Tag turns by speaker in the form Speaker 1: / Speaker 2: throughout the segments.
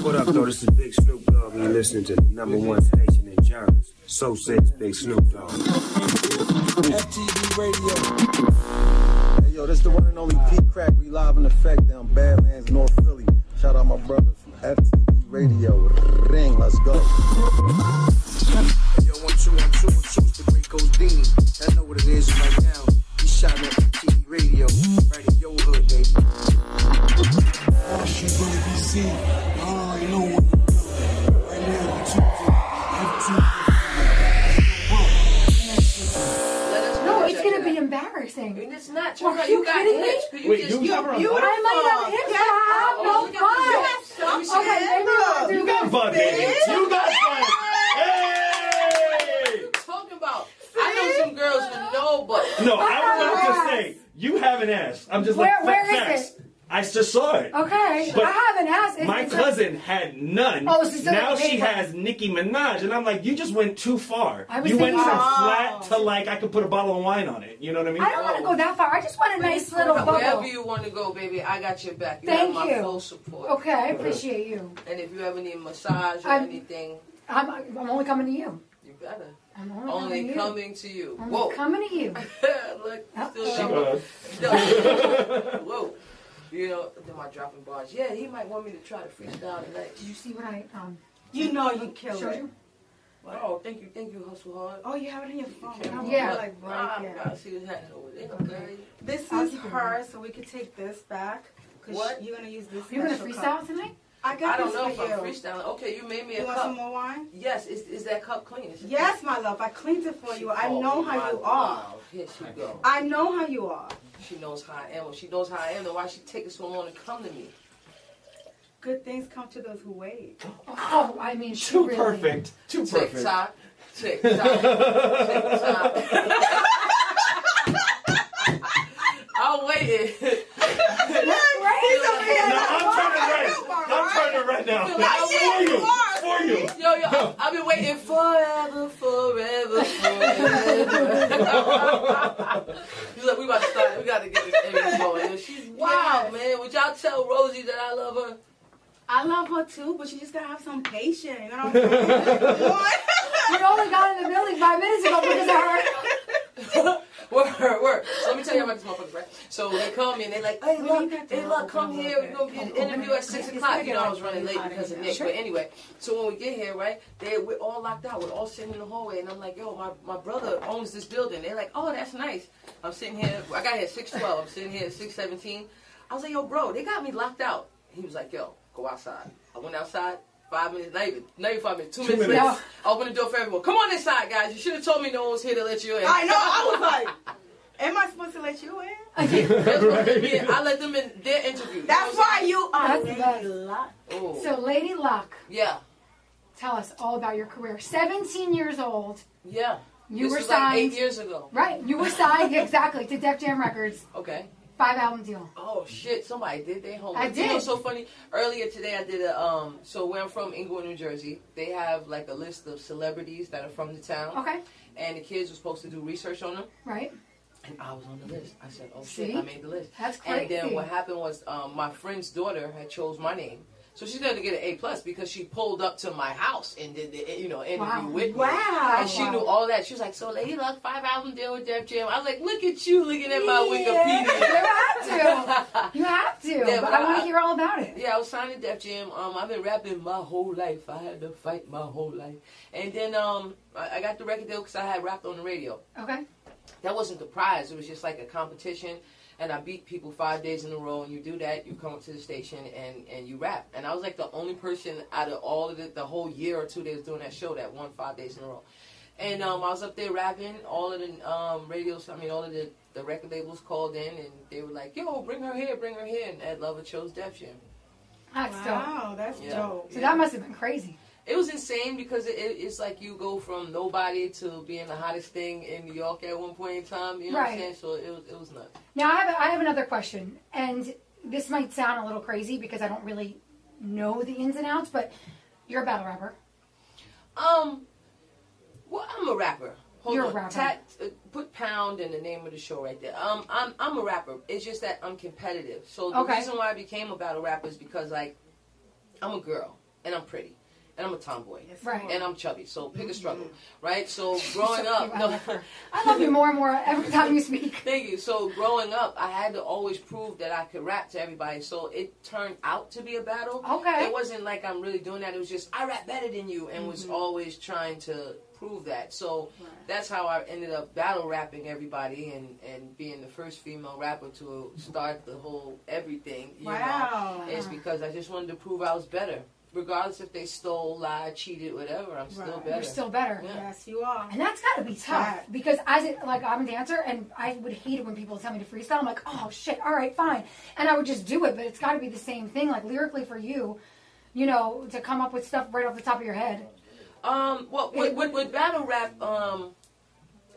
Speaker 1: What up, though? This is Big Snoop Dogg, and you're listening to the number one station in Jarvis. So says Big Snoop Dogg.
Speaker 2: FTV Radio.
Speaker 3: Hey, yo, this the one and only Pete Crack. We live in effect down Badlands, North Philly. Shout out my brother from FTV Radio. Ring, let's go.
Speaker 4: Yo, one, two, one, two, one, two, it's the great Goldini. Y'all know what it is right now. He's shouting at TV radio, right in your hood, baby.
Speaker 2: Washington, D.C. Y'all already know what to do. Right now, the two
Speaker 5: No, it's gonna be embarrassing.
Speaker 6: And it's not
Speaker 5: Are
Speaker 6: true.
Speaker 5: you
Speaker 6: You, got
Speaker 5: kidding me?
Speaker 6: hips. Could you
Speaker 7: Wait,
Speaker 6: just,
Speaker 7: you
Speaker 6: you
Speaker 7: have her on
Speaker 6: beautiful.
Speaker 5: I might have hips, but I have no
Speaker 6: Oh, you got- you
Speaker 5: butt.
Speaker 6: have some
Speaker 5: Okay,
Speaker 6: shit.
Speaker 5: maybe I'll do
Speaker 7: You got
Speaker 5: this.
Speaker 7: fun, baby. You got fun. Hey!
Speaker 6: Talking about, I know some girls with no butt.
Speaker 7: No, I
Speaker 5: have
Speaker 7: would like to say you have an ass. I'm just
Speaker 5: Where-
Speaker 7: like
Speaker 5: where is Oh,
Speaker 7: facts. I just saw it.
Speaker 5: Okay,
Speaker 7: But
Speaker 5: I have an ass. It's-
Speaker 7: My
Speaker 5: it's
Speaker 7: cousin had none.
Speaker 5: Oh, so it's
Speaker 7: now
Speaker 5: like
Speaker 7: she
Speaker 5: makeup.
Speaker 7: has Nicki Minaj, and I'm like, you just went too far.
Speaker 5: I was
Speaker 7: You went
Speaker 5: thinking-
Speaker 7: from
Speaker 5: Oh.
Speaker 7: flat to like I could put a bottle of wine on it. You know what I mean?
Speaker 5: Like, I don't want to go that far. I just want a nice little
Speaker 6: Wherever
Speaker 5: bubble.
Speaker 6: you want to go, baby, I got your back. You
Speaker 5: Thank
Speaker 6: have my
Speaker 5: you.
Speaker 6: full support.
Speaker 5: Okay, I appreciate you.
Speaker 6: And if you ever need a massage or
Speaker 5: I'm-
Speaker 6: anything,
Speaker 5: I'm, I'm only coming to you.
Speaker 6: you better.
Speaker 5: I'm only,
Speaker 6: Only
Speaker 5: coming to you.
Speaker 6: coming to you.
Speaker 5: I'm
Speaker 6: Whoa.
Speaker 5: coming to you.
Speaker 6: Look,
Speaker 5: Uh-oh.
Speaker 6: still
Speaker 7: She,
Speaker 6: young.
Speaker 7: uh,
Speaker 6: No. Whoa. You know, then my dropping bars. Yeah, he might want me to try to freestyle tonight.
Speaker 5: Did you see what I um
Speaker 8: You know you killed
Speaker 5: showed
Speaker 8: it.
Speaker 5: you?
Speaker 6: Oh, thank you, thank you, hustle hard.
Speaker 8: Oh, you have it in your phone.
Speaker 6: Yeah.
Speaker 8: I'm
Speaker 5: Yeah.
Speaker 8: Like
Speaker 6: Ah,
Speaker 8: right
Speaker 6: I
Speaker 8: there.
Speaker 6: see this happening over there. Okay.
Speaker 8: This
Speaker 5: I'll
Speaker 8: is
Speaker 5: keep it
Speaker 8: her, so we could take this back. Cause
Speaker 6: What?
Speaker 8: she- You're gonna use this.
Speaker 5: You're gonna
Speaker 8: special
Speaker 5: freestyle
Speaker 8: cup.
Speaker 5: tonight?
Speaker 8: I got
Speaker 6: I don't
Speaker 8: this
Speaker 6: know if
Speaker 8: for
Speaker 6: I'm
Speaker 8: you.
Speaker 6: freestyling. Okay, you made me
Speaker 8: You
Speaker 6: a
Speaker 8: want some
Speaker 6: cup.
Speaker 8: more wine?
Speaker 6: Yes, is, is that cup clean? Is it-
Speaker 8: Yes, my love. I cleaned it for
Speaker 6: She
Speaker 8: you. I
Speaker 6: called
Speaker 8: know
Speaker 6: me
Speaker 8: how
Speaker 6: my
Speaker 8: you are.
Speaker 6: love. Here she go.
Speaker 8: I know how you are.
Speaker 6: She knows how I am. If she knows how I am, then why she taking so long to come to me?
Speaker 8: Good things come to those who wait.
Speaker 5: Oh, I mean, she
Speaker 7: too
Speaker 5: really.
Speaker 7: perfect. Too
Speaker 6: Tick
Speaker 7: perfect.
Speaker 6: tock, tick tock, tick tock. I'm waiting.
Speaker 7: No, I'm trying to run. I'm trying to run now. For you. For you.
Speaker 6: Yo, yo, I- I've been waiting forever, forever, forever. He's like, we about to start. We got to get this interview going. Yo, she's wild, man. Would y'all tell Rosie that I love her?
Speaker 8: I love her too, but you just gotta have some patience. You know what I'm saying?
Speaker 5: You only got in the building five minutes ago because of her.
Speaker 6: Word, word. So let me tell you about these motherfuckers, right? So they call me and they like, hey,
Speaker 8: We need
Speaker 6: look,
Speaker 8: that
Speaker 6: hey,
Speaker 8: door
Speaker 6: look,
Speaker 8: open
Speaker 6: come
Speaker 8: a little
Speaker 6: here. We're
Speaker 8: bit.
Speaker 6: going to be
Speaker 8: Open
Speaker 6: an
Speaker 8: it.
Speaker 6: interview at 6
Speaker 8: It's gonna
Speaker 6: o'clock.
Speaker 8: get
Speaker 6: You know, I
Speaker 8: like
Speaker 6: was running late
Speaker 8: really
Speaker 6: because of
Speaker 8: hot in
Speaker 6: Nick.
Speaker 8: here.
Speaker 6: But anyway, so when we get here, right, they, we're all locked out. We're all sitting in the hallway. And I'm like, yo, my, my brother owns this building. They're like, oh, that's nice. I'm sitting here. I got here at 612. I'm sitting here at 617. I was like, yo, bro, they got me locked out. He was like, yo, go outside. I went outside. Five minutes, not even, not even five minutes, two, minutes,
Speaker 7: minutes.
Speaker 6: later, I opened the door for everyone. Come on inside, guys. You should have told me no one was here to let you in.
Speaker 8: I know. I was like, am I supposed to let you in?
Speaker 6: That's what they did. I let them in their interview.
Speaker 8: That's why you are
Speaker 5: That's the best.
Speaker 8: Lady Luck.
Speaker 6: Oh.
Speaker 5: So, Lady Luck,
Speaker 6: yeah,
Speaker 5: tell us all about your career. 17 years old,
Speaker 6: yeah.
Speaker 5: You
Speaker 6: this
Speaker 5: were
Speaker 6: was like
Speaker 5: signed-
Speaker 6: eight years ago.
Speaker 5: right? You were signed exactly to Def Jam Records,
Speaker 6: Okay.
Speaker 5: five album deal.
Speaker 6: Oh shit! Somebody did their homework.
Speaker 5: I
Speaker 6: You know,
Speaker 5: did.
Speaker 6: it's so funny. Earlier today, I did a um. So where I'm from, Inglewood, New Jersey, they have like a list of celebrities that are from the town,
Speaker 5: Okay,
Speaker 6: and the kids were supposed to do research on them,
Speaker 5: right?
Speaker 6: and I was on the list. I said, "Oh shit,
Speaker 5: See?
Speaker 6: I made the list."
Speaker 5: That's
Speaker 6: And
Speaker 5: crazy.
Speaker 6: then what happened was um, my friend's daughter had chose my name, so she's going to get an A plus because she pulled up to my house and did the you know interview
Speaker 5: Wow.
Speaker 6: with me.
Speaker 8: Wow.
Speaker 6: And she knew all that. She was like, "So Lady Luck, five album deal with Def Jam." I was like, "Look at you, looking at my
Speaker 5: You
Speaker 6: Wikipedia."
Speaker 5: have to. You have to.
Speaker 6: Yeah,
Speaker 5: but
Speaker 6: but
Speaker 5: I want to
Speaker 6: I-
Speaker 5: hear all about it.
Speaker 6: Yeah, I was signed to Def Jam. Um, I've been rapping my whole life. I had to fight my whole life, and then um, I, I got the record deal because I had rapped on the radio.
Speaker 5: Okay.
Speaker 6: That wasn't the prize. It was just like a competition, and I beat people five days in a row. And you do that, you come up to the station and and you rap. And I was like the only person out of all of the, the whole year or two that was doing that show that won five days in a row. And um, I was up there rapping. All of the um, radios, I mean, all of the, the record labels called in, and they were like, "Yo, bring her here, bring her here." And Ed Lover chose Def Jam.
Speaker 5: That's dope.
Speaker 8: Wow, that's
Speaker 6: Yeah.
Speaker 8: dope.
Speaker 5: So that must have been crazy.
Speaker 6: It was insane because it, it, it's like you go from nobody to being the hottest thing in New York at one point in time. You know what
Speaker 5: Right.
Speaker 6: I'm saying? So it was it was nuts.
Speaker 5: Now I have I have another question, and this might sound a little crazy because I don't really know the ins and outs, but you're a battle rapper.
Speaker 6: Um, well, I'm a rapper. Hold
Speaker 5: You're a
Speaker 6: on.
Speaker 5: rapper.
Speaker 6: Tat, uh, put pound in the name of the show right there. Um, I'm I'm a rapper. It's just that I'm competitive. So the
Speaker 5: Okay.
Speaker 6: reason why I became a battle rapper is because like I'm a girl and I'm pretty, and I'm a tomboy,
Speaker 5: Right.
Speaker 6: and I'm chubby. So
Speaker 5: Mm-hmm.
Speaker 6: pick a struggle, right? So growing up, no,
Speaker 5: I love you more and more every time you speak.
Speaker 6: Thank you. So growing up, I had to always prove that I could rap to everybody. So it turned out to be a battle.
Speaker 5: Okay.
Speaker 6: It wasn't like I'm really doing that. It was just I rap better than you, and
Speaker 5: Mm-hmm.
Speaker 6: was always trying to prove that. So that's how I ended up battle rapping everybody, and and being the first female rapper to start the whole everything. You
Speaker 8: Wow.
Speaker 6: Know, is because I just wanted to prove I was better, regardless if they stole, lied, cheated, whatever. I'm still
Speaker 8: Right.
Speaker 6: better.
Speaker 5: You're still better.
Speaker 6: Yeah.
Speaker 8: Yes, you are.
Speaker 5: And that's gotta be tough
Speaker 8: Right.
Speaker 5: because as it, like I'm a dancer and I would hate it when people tell me to freestyle. I'm like, oh shit, all right, fine, and I would just do it. But it's gotta be the same thing, like lyrically for you, you know, to come up with stuff right off the top of your head.
Speaker 6: Um, well, with, with, with battle rap, um,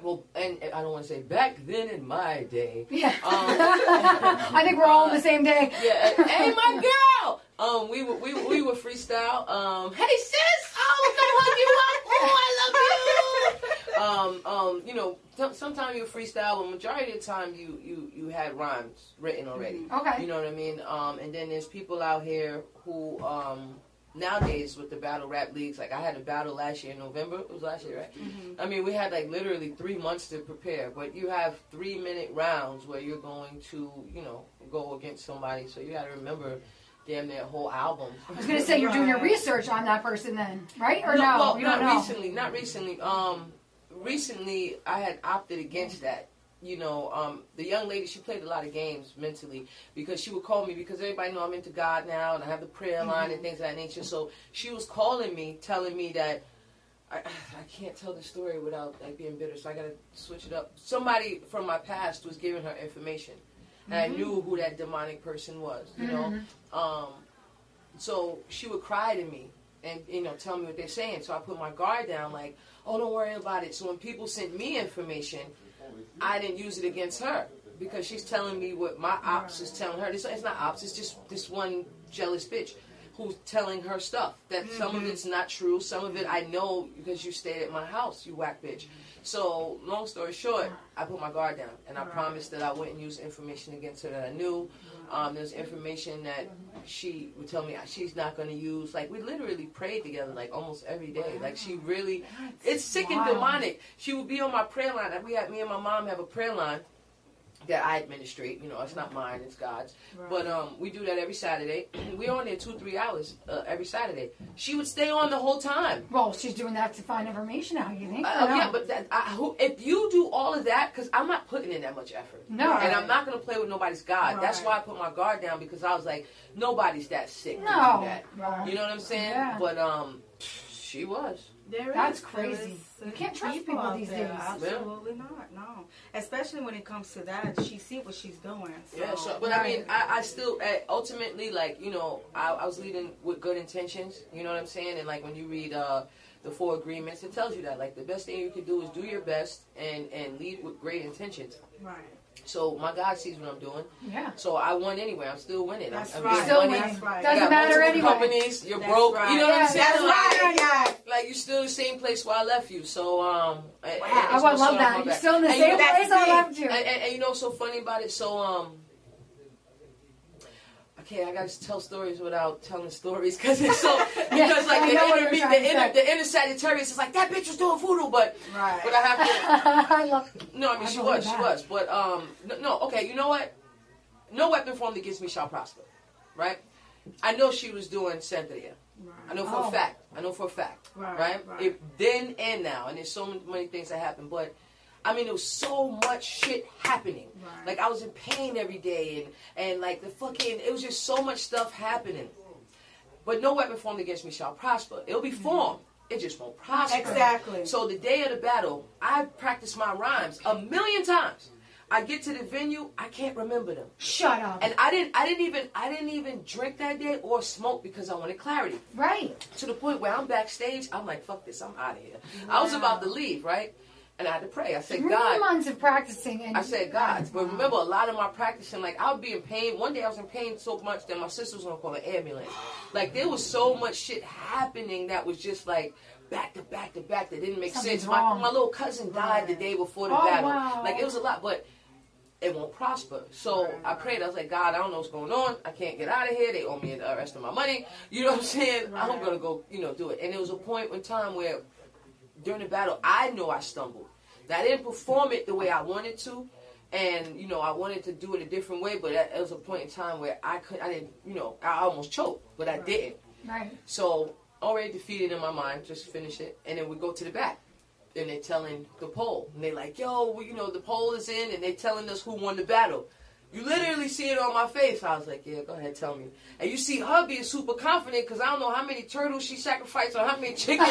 Speaker 6: well, and, and I don't want to say back then in my day.
Speaker 5: Yeah,
Speaker 6: Um,
Speaker 5: I think we're all on the same day.
Speaker 6: yeah, hey, my girl. Um, we were we, were- we were freestyle. Um, hey sis, oh, come hug you up. Oh, I love you. Um, um, you know, some sometimes you freestyle, but majority of the time you you you had rhymes written already.
Speaker 5: Okay.
Speaker 6: You know what I mean? Um, and then there's people out here who um, nowadays with the battle rap leagues, like I had a battle last year in November. It was last year, right? I mean, we had like literally three months to prepare, but you have three minute rounds where you're going to, you know, go against somebody. So you got to remember damn their whole album.
Speaker 5: I was gonna say you're doing your
Speaker 8: Right.
Speaker 5: research on that person then, right? Or no?
Speaker 6: well,
Speaker 5: you
Speaker 6: not
Speaker 5: don't know.
Speaker 6: recently. Not recently. Um, recently I had opted against that. You know, um, the young lady she played a lot of games mentally because she would call me because everybody know I'm into God now and I have the prayer
Speaker 5: Mm-hmm.
Speaker 6: line and things of that nature. So she was calling me, telling me that. I, I can't tell the story without like being bitter, so I gotta switch it up. Somebody from my past was giving her information, and
Speaker 5: Mm-hmm.
Speaker 6: I knew who that demonic person was. You know, um, so she would cry to me and you know tell me what they're saying. So I put my guard down, like, oh, don't worry about it. So when people sent me information, I didn't use it against her because she's telling me what my ops is telling her. This it's not ops. It's just this one jealous bitch who's telling her stuff that some of it's not true, some of it I know because you stayed at my house, you whack bitch. So long story short, I put my guard down and I promised that I wouldn't use information against her that I knew. Um, there's information that she would tell me "Ah, she's not going to use. Like we literally prayed together, like almost every day. Like she really, it's sick and
Speaker 5: wild.
Speaker 6: demonic. She would be on my prayer line. We had me and my mom have a prayer line that I administrate. You know, it's not mine, it's God's. But um, we do that every Saturday. We're on there two, three hours uh, every Saturday. She would stay on the whole time.
Speaker 5: Well, she's doing that to find information out. You think?
Speaker 6: Uh,
Speaker 5: or no?
Speaker 6: Yeah, but that, I, who, if you do all of that, because I'm not putting in that much effort.
Speaker 5: No.
Speaker 6: And I'm not going to play with nobody's God. That's why I put my guard down because I was like, nobody's that sick to do
Speaker 5: no.
Speaker 6: that. You know what I'm saying?
Speaker 5: Yeah.
Speaker 6: But um, she was.
Speaker 8: There
Speaker 5: That's
Speaker 8: is- there
Speaker 5: crazy.
Speaker 8: is
Speaker 5: You can't trust people
Speaker 8: out
Speaker 5: these
Speaker 8: there.
Speaker 5: days.
Speaker 8: Absolutely not. No, especially when it comes to that, she see what she's doing. So.
Speaker 5: Oh,
Speaker 6: Yeah, so, but I mean, I, I still uh, ultimately like you know I, I was leading with good intentions. You know what I'm saying? And like when you read uh, the four agreements, it tells you that like the best thing you can do is do your best and and lead with great intentions.
Speaker 8: right.
Speaker 6: So my God sees what I'm doing.
Speaker 5: Yeah.
Speaker 6: So I won anyway. I'm still winning.
Speaker 8: That's
Speaker 6: I'm, I'm
Speaker 8: right.
Speaker 6: getting
Speaker 5: Still
Speaker 6: money.
Speaker 5: winning.
Speaker 8: That's right.
Speaker 6: I
Speaker 5: Doesn't
Speaker 6: got
Speaker 5: matter
Speaker 6: multiple
Speaker 5: anyway.
Speaker 6: Companies, you're
Speaker 8: That's
Speaker 6: broke.
Speaker 8: right.
Speaker 6: You know what
Speaker 5: Yeah,
Speaker 6: I'm saying?
Speaker 5: that's
Speaker 6: Like,
Speaker 5: right.
Speaker 6: Like you're still in the same place where I left you. So um, I,
Speaker 5: Oh, I would love that. You're still in the same
Speaker 8: that's
Speaker 5: place I
Speaker 8: me.
Speaker 5: left you.
Speaker 6: and, and, and you know what's so funny about it? So um, I can't. I gotta tell stories without telling stories because it's so because
Speaker 5: I
Speaker 6: like
Speaker 5: know what
Speaker 6: the inner,
Speaker 5: you're
Speaker 6: me-
Speaker 5: trying
Speaker 6: the
Speaker 5: to
Speaker 6: inner,
Speaker 5: say.
Speaker 6: the inner Sagittarius is like that bitch was doing voodoo, but
Speaker 8: Right.
Speaker 6: but I have
Speaker 5: I love.
Speaker 6: to. No, I mean
Speaker 5: I
Speaker 6: she
Speaker 5: believe
Speaker 6: was, she
Speaker 5: that.
Speaker 6: was, but um, no, no, okay. You know what? No weapon formed against me shall prosper, right? I know she was doing Cynthia. I know for
Speaker 5: Oh.
Speaker 6: a fact. I know for a fact.
Speaker 8: Oh. Right,
Speaker 6: Right.
Speaker 8: right.
Speaker 6: If then and now, and there's so many- many things that happen, but I mean, there was so much shit happening.
Speaker 8: Right.
Speaker 6: Like I was in pain every day, and and like the fucking, it was just so much stuff happening. But no weapon formed against me shall prosper. It'll be formed. It just won't prosper.
Speaker 8: Exactly.
Speaker 6: So the day of the battle, I practiced my rhymes a million times. I get to the venue, I can't remember them.
Speaker 5: Shut up.
Speaker 6: And I didn't I didn't even I didn't even drink that day or smoke because I wanted clarity
Speaker 5: right.
Speaker 6: to the point where I'm backstage. I'm like, fuck this, I'm out of here. I was about to leave, right? And I had to pray. I said,
Speaker 5: Three
Speaker 6: God.
Speaker 5: months of practicing, and
Speaker 6: I said, God. But remember, a lot of my practicing, like, I would be in pain. One day I was in pain so much that my sister was going to call an ambulance. Like, there was so much shit happening that was just like, Back to back to back, that didn't make
Speaker 5: Something's
Speaker 6: sense. My,
Speaker 5: wrong.
Speaker 6: my little cousin died the day before the
Speaker 5: Oh,
Speaker 6: battle.
Speaker 5: wow.
Speaker 6: Like it was a lot, but it won't prosper. So I prayed. I was like, God, I don't know what's going on. I can't get out of here. They owe me the rest of my money. You know what I'm saying? I'm gonna go, you know, do it. And there was a point in time where during the battle, I know I stumbled. Now, I didn't perform it the way I wanted to, and you know I wanted to do it a different way. But that, it was a point in time where I could, I didn't, you know, I almost choked, but I didn't.
Speaker 5: Right.
Speaker 6: So already defeated in my mind, just finish it, and then we go to the back. And they're telling the poll, and they like, "Yo, we, you know, the poll is in," and they telling us who won the battle. You literally see it on my face. I was like, "Yeah, go ahead, tell me." And you see her being super confident because I don't know how many turtles she sacrificed or how many chickens.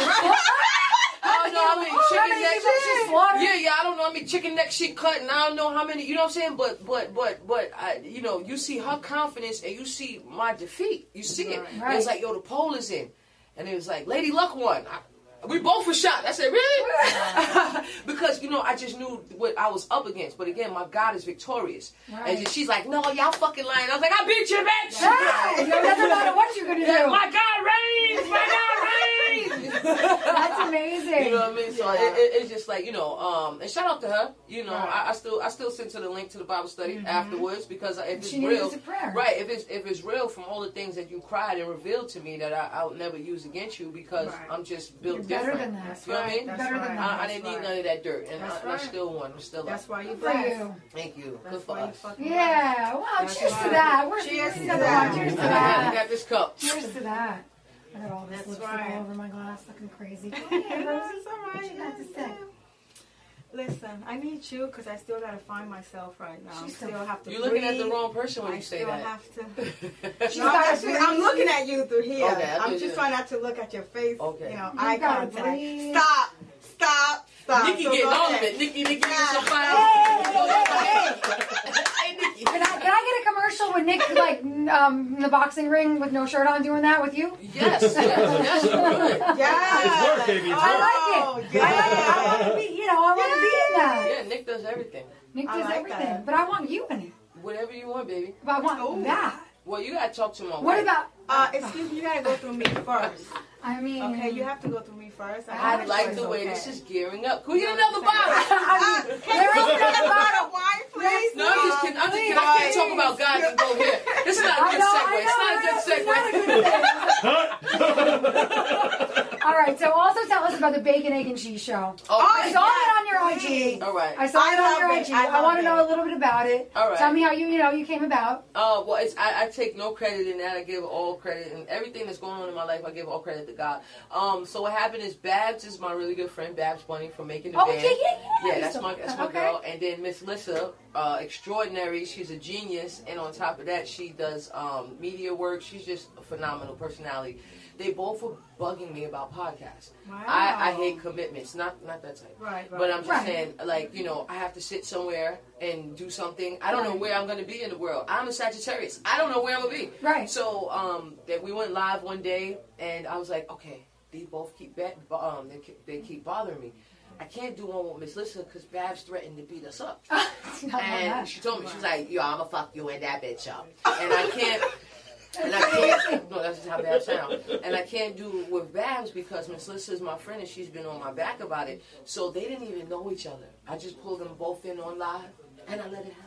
Speaker 6: I don't know how many
Speaker 5: How
Speaker 6: chicken
Speaker 5: many
Speaker 6: necks
Speaker 5: people she slaughtered?
Speaker 6: Yeah, yeah, I don't know how many chicken necks she cut, and I don't know how many. You know what I'm saying? But, but, but, but, I, you know, you see her confidence, and you see my defeat. You see it. And
Speaker 5: Right.
Speaker 6: It's like, yo, the poll is in, and it was like, Lady Luck won. I, we both were shocked. I said, really? because you know, I just knew what I was up against. But again, my God is victorious,
Speaker 5: Right.
Speaker 6: and she's like, no, y'all fucking lying. I was like, I beat you, bitch.
Speaker 5: Right. It doesn't matter what you're gonna
Speaker 6: Yeah,
Speaker 5: do.
Speaker 6: my God reigns. My God reigns.
Speaker 5: That's amazing.
Speaker 6: You know what I mean? So it, it, it's just like you know. Um, and shout out to her. You know, I, I still I still sent her the link to the Bible study afterwards because if it's
Speaker 5: Mm-hmm. She needed
Speaker 6: real,
Speaker 5: the prayer.
Speaker 6: right? If it's if it's real from all the things that you cried and revealed to me that I, I'll never use against you because
Speaker 8: Right.
Speaker 6: I'm just built
Speaker 5: You're better
Speaker 6: different.
Speaker 5: than that.
Speaker 6: You know what I
Speaker 8: right.
Speaker 6: mean?
Speaker 8: That's
Speaker 5: Better than
Speaker 8: right.
Speaker 5: that.
Speaker 6: I, I didn't need
Speaker 8: That's right.
Speaker 6: none of that dirt, and I,
Speaker 8: That's
Speaker 6: and I
Speaker 8: right.
Speaker 6: still won. I'm still
Speaker 8: That's
Speaker 6: up.
Speaker 8: why you
Speaker 5: Good for
Speaker 8: blessed.
Speaker 5: you.
Speaker 6: Thank you. Good
Speaker 8: That's
Speaker 6: for
Speaker 8: why you
Speaker 6: us.
Speaker 8: fucking blessed.
Speaker 5: Yeah. Wow.
Speaker 8: That's
Speaker 5: cheers to
Speaker 8: right.
Speaker 5: that. We're
Speaker 8: Cheers to
Speaker 5: cheers to
Speaker 8: that.
Speaker 5: that. Cheers to
Speaker 6: I got, I
Speaker 5: that.
Speaker 6: got this cup.
Speaker 5: Cheers to that. I got all this
Speaker 8: That's
Speaker 5: lipstick
Speaker 8: right.
Speaker 5: all over my glass, looking crazy.
Speaker 8: Yeah, no, it's all
Speaker 5: What
Speaker 8: right.
Speaker 5: you got to
Speaker 8: Yeah,
Speaker 5: say?
Speaker 8: yeah. Listen, I need you because I still gotta find myself right now. I
Speaker 5: She's
Speaker 8: still
Speaker 5: so-
Speaker 8: have to.
Speaker 6: You're looking at the
Speaker 8: breathe.
Speaker 6: wrong person when
Speaker 8: I
Speaker 6: you say
Speaker 8: still
Speaker 6: that.
Speaker 8: have to.
Speaker 5: She's
Speaker 8: No,
Speaker 5: gotta
Speaker 8: I'm actually- I'm
Speaker 5: breathe.
Speaker 8: looking at you through here.
Speaker 6: Okay, I
Speaker 8: I'm
Speaker 6: thought
Speaker 8: just
Speaker 6: you-
Speaker 8: trying not to look at your face.
Speaker 6: Okay.
Speaker 8: You know,
Speaker 5: You
Speaker 8: eye
Speaker 5: gotta
Speaker 8: contact.
Speaker 5: breathe.
Speaker 8: Stop. Stop. Stop.
Speaker 6: Nikki
Speaker 8: So
Speaker 6: getting
Speaker 8: go
Speaker 6: on
Speaker 8: ahead.
Speaker 6: it. Nikki, Nikki, Nikki,
Speaker 8: Yeah.
Speaker 6: some Hey, Nikki.
Speaker 5: Can I, can I get a commercial with Nick, like, n- um, in the boxing ring with no shirt on doing that with you?
Speaker 6: Yes, yes, yes, you would.
Speaker 8: Yeah.
Speaker 7: It's work, baby, it's
Speaker 5: I
Speaker 7: work.
Speaker 8: like it.
Speaker 5: I like it. I want to be, you know, I want to be in that.
Speaker 6: Yeah, Nick does everything.
Speaker 5: Nick
Speaker 8: I
Speaker 5: does
Speaker 8: like
Speaker 5: everything,
Speaker 8: that. Oh.
Speaker 5: but I want you in it.
Speaker 6: Whatever you want, baby.
Speaker 5: But I want
Speaker 8: Ooh.
Speaker 5: that.
Speaker 6: Well, you gotta talk to my
Speaker 5: What
Speaker 6: wife.
Speaker 5: about?
Speaker 8: Uh, excuse me, you gotta go through me first.
Speaker 5: I mean,
Speaker 8: Okay, you have to go through me first.
Speaker 6: I
Speaker 5: I
Speaker 6: like the way this is gearing up. Can we get another bottle?
Speaker 8: Uh, can you open the bottle wine, please?
Speaker 6: No, I'm just kidding. I'm just kidding. I can't talk about God and go here. This is not a
Speaker 5: I
Speaker 6: good
Speaker 5: know,
Speaker 6: segue.
Speaker 5: I
Speaker 6: It's
Speaker 5: know, it's
Speaker 6: not a
Speaker 5: not a
Speaker 6: good segue.
Speaker 5: good thing. All right, so also tell us about the bacon, egg, and cheese show.
Speaker 6: Oh,
Speaker 5: I
Speaker 8: my
Speaker 5: saw
Speaker 8: God,
Speaker 5: it on your
Speaker 8: please.
Speaker 5: IG.
Speaker 6: All right.
Speaker 5: I saw
Speaker 8: I
Speaker 5: it on
Speaker 8: love
Speaker 5: your
Speaker 8: it.
Speaker 5: IG.
Speaker 8: I
Speaker 5: I,
Speaker 8: love
Speaker 5: want to know
Speaker 8: it.
Speaker 5: a little bit about it.
Speaker 6: All right.
Speaker 5: Tell me how you, you know, you came about.
Speaker 6: Uh, well, it's, I, I take no credit in that. I give all credit and everything that's going on in my life. I give all credit to God. Um, so what happened is Babs is my really good friend, Babs Bunny from Making the
Speaker 5: Oh,
Speaker 6: Band.
Speaker 5: yeah, yeah, yeah.
Speaker 6: that's my that's my
Speaker 5: Okay.
Speaker 6: girl. And then Miss Lissa, uh, extraordinary. She's a genius, and on top of that, she does um, media work. She's just a phenomenal personality. They both were bugging me about podcasts.
Speaker 8: Wow.
Speaker 6: I, I hate commitments, not not that type.
Speaker 8: Right, right.
Speaker 6: But I'm just
Speaker 5: Right.
Speaker 6: saying, like you know, I have to sit somewhere and do something. I don't know where I'm going to be in the world. I'm a Sagittarius. I don't know where I'm going to be.
Speaker 5: Right.
Speaker 6: So um, that we went live one day, and I was like, okay, they both keep ba- um, they, keep- they keep bothering me. I can't do one with Miss Lissa because Babs threatened to beat us up.
Speaker 5: Not
Speaker 6: And
Speaker 5: that.
Speaker 6: she told me, she was like, yo, I'ma fuck you and that bitch up. And I can't and I can't no, that's just how bad sound. And I can't do it with Babs because Miss Lissa is my friend and she's been on my back about it. So they didn't even know each other. I just pulled them both in on live and I let it happen.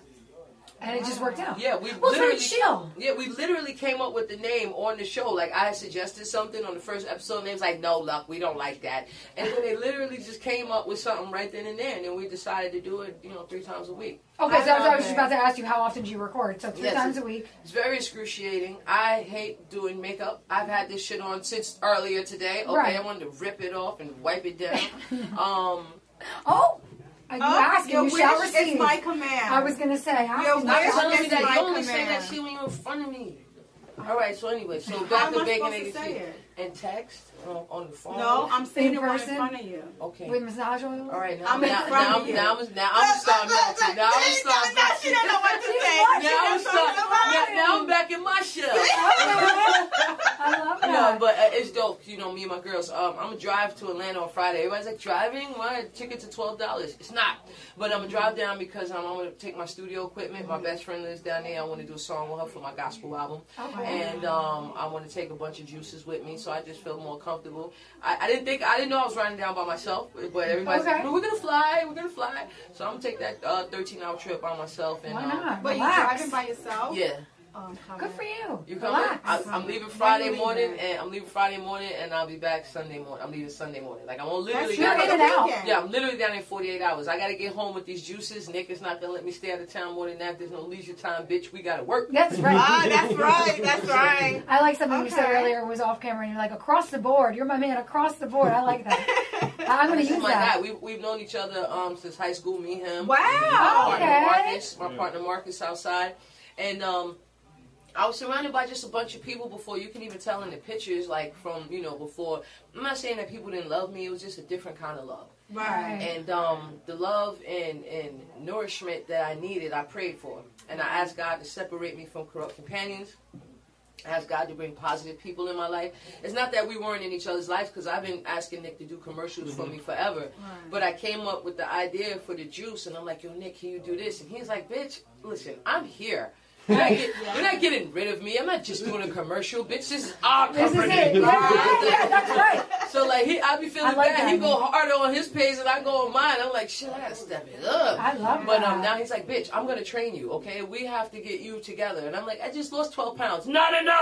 Speaker 5: And it just worked out.
Speaker 6: Yeah, we
Speaker 5: Well, it's very
Speaker 6: literally
Speaker 5: chill.
Speaker 6: Yeah, we literally came up with the name on the show. Like I had suggested something on the first episode, and they was like, "No, luck, we don't like that." And then they literally just came up with something right then and there, and then we decided to do it, you know, three times a week.
Speaker 5: Okay, so, so I
Speaker 8: love
Speaker 5: was just
Speaker 8: it.
Speaker 5: about to ask you how often do you record? So three
Speaker 6: Yes,
Speaker 5: times a
Speaker 6: it's-
Speaker 5: week.
Speaker 6: It's very excruciating. I hate doing makeup. I've had this shit on since earlier today. Okay,
Speaker 5: Right.
Speaker 6: I wanted to rip it off and wipe it down. um,
Speaker 5: Oh, you ask and
Speaker 8: your
Speaker 5: you
Speaker 8: wish
Speaker 5: shall receive.
Speaker 8: is my command.
Speaker 5: I was gonna say, ask
Speaker 8: Your
Speaker 5: and you
Speaker 6: I'm
Speaker 8: wish Yes,
Speaker 5: shall
Speaker 6: telling you
Speaker 8: yes,
Speaker 6: that
Speaker 8: my
Speaker 6: you only say that
Speaker 8: command.
Speaker 6: shit when you're in front of me. All right. So anyway, so
Speaker 8: How
Speaker 6: back
Speaker 8: am
Speaker 6: to
Speaker 8: I
Speaker 6: bacon
Speaker 8: supposed
Speaker 6: egg,
Speaker 8: to
Speaker 6: and
Speaker 8: say
Speaker 6: cheese.
Speaker 8: it?
Speaker 6: and text on, on the phone.
Speaker 8: No, I'm saying it right in
Speaker 5: person?
Speaker 8: front of you.
Speaker 6: okay.
Speaker 5: With massage oil?
Speaker 6: All right. Now
Speaker 8: I'm in
Speaker 6: now,
Speaker 8: front
Speaker 6: now,
Speaker 8: of you.
Speaker 6: now, I'm- now I'm starting melting. Now I'm starting
Speaker 8: Now she don't know what to say.
Speaker 6: Now I'm
Speaker 8: She don't know
Speaker 6: starting.
Speaker 8: what to
Speaker 6: Now, now I'm back in my shell.
Speaker 5: I love that.
Speaker 6: No, but uh, it's dope. You know, me and my girls. Um, I'm gonna drive to Atlanta on Friday. Everybody's like, driving? What? Tickets are twelve dollars. It's not. But I'm gonna drive down because I'm, I'm gonna take my studio equipment. My best friend lives down there. I want to do a song with her for my gospel album,
Speaker 5: Okay.
Speaker 6: and um, I want to take a bunch of juices with me, so I just feel more comfortable. I, I didn't think I didn't know I was riding down by myself, but everybody's
Speaker 5: Okay.
Speaker 6: like, "No, we're gonna fly. We're gonna fly. So I'm gonna take that uh, 13 hour trip by myself. And
Speaker 5: Why
Speaker 6: um,
Speaker 5: not?
Speaker 8: But you
Speaker 5: Relax.
Speaker 8: driving by yourself?
Speaker 6: Yeah.
Speaker 8: Um, how
Speaker 5: Good
Speaker 8: about-
Speaker 5: for you.
Speaker 6: You coming?
Speaker 5: Relax.
Speaker 6: I, I'm leaving
Speaker 8: Why
Speaker 6: Friday
Speaker 8: you leaving?
Speaker 6: morning, and I'm leaving Friday morning, and I'll be back Sunday morning. I'm leaving Sunday morning. Like I'm on literally.
Speaker 8: That's
Speaker 5: You're
Speaker 8: your
Speaker 6: down
Speaker 5: in
Speaker 6: there-
Speaker 5: and out.
Speaker 8: weekend.
Speaker 6: yeah, I'm literally down in 48 hours. I gotta get home with these juices. Nick is not gonna let me stay out of town more than that. There's no leisure time, bitch. We gotta work.
Speaker 5: That's right.
Speaker 7: Ah, that's right, that's right.
Speaker 5: I like something you said
Speaker 8: Okay.
Speaker 5: earlier was off camera, and you're like, across the board. You're my man across the board. I like that. I'm going
Speaker 6: This
Speaker 5: to
Speaker 6: is
Speaker 5: use
Speaker 6: my
Speaker 5: that.
Speaker 6: guy. We, we've known each other um, since high school. Me, him.
Speaker 8: Wow.
Speaker 6: my
Speaker 5: Okay.
Speaker 6: partner Marcus, my partner Marcus outside, and um, I was surrounded by just a bunch of people before you can even tell in the pictures, like from you know before. I'm not saying that people didn't love me; it was just a different kind of love,
Speaker 8: Right.
Speaker 6: and um, the love and and nourishment that I needed, I prayed for, and I asked God to separate me from corrupt companions. I asked God to bring positive people in my life. It's not that we weren't in each other's lives because I've been asking Nick to do commercials for
Speaker 5: Mm-hmm.
Speaker 6: me forever. But I came up with the idea for the juice, and I'm like, yo, Nick, can you do this? And he's like, bitch, listen, I'm here. You're not, get- you're not getting rid of me. I'm not just doing a commercial, bitch. This is our
Speaker 5: This
Speaker 6: company.
Speaker 5: is it. Yeah, yeah, yeah, that's right.
Speaker 6: So like he, I be
Speaker 5: I
Speaker 6: feeling
Speaker 5: like
Speaker 6: bad.
Speaker 5: that.
Speaker 6: He go harder on his page than I go on mine. I'm like, shit, I gotta step it up.
Speaker 5: I love
Speaker 6: But
Speaker 5: that.
Speaker 6: um, now he's like, bitch, I'm gonna train you. Okay, we have to get you together. And I'm like, I just lost 12 pounds. Not enough.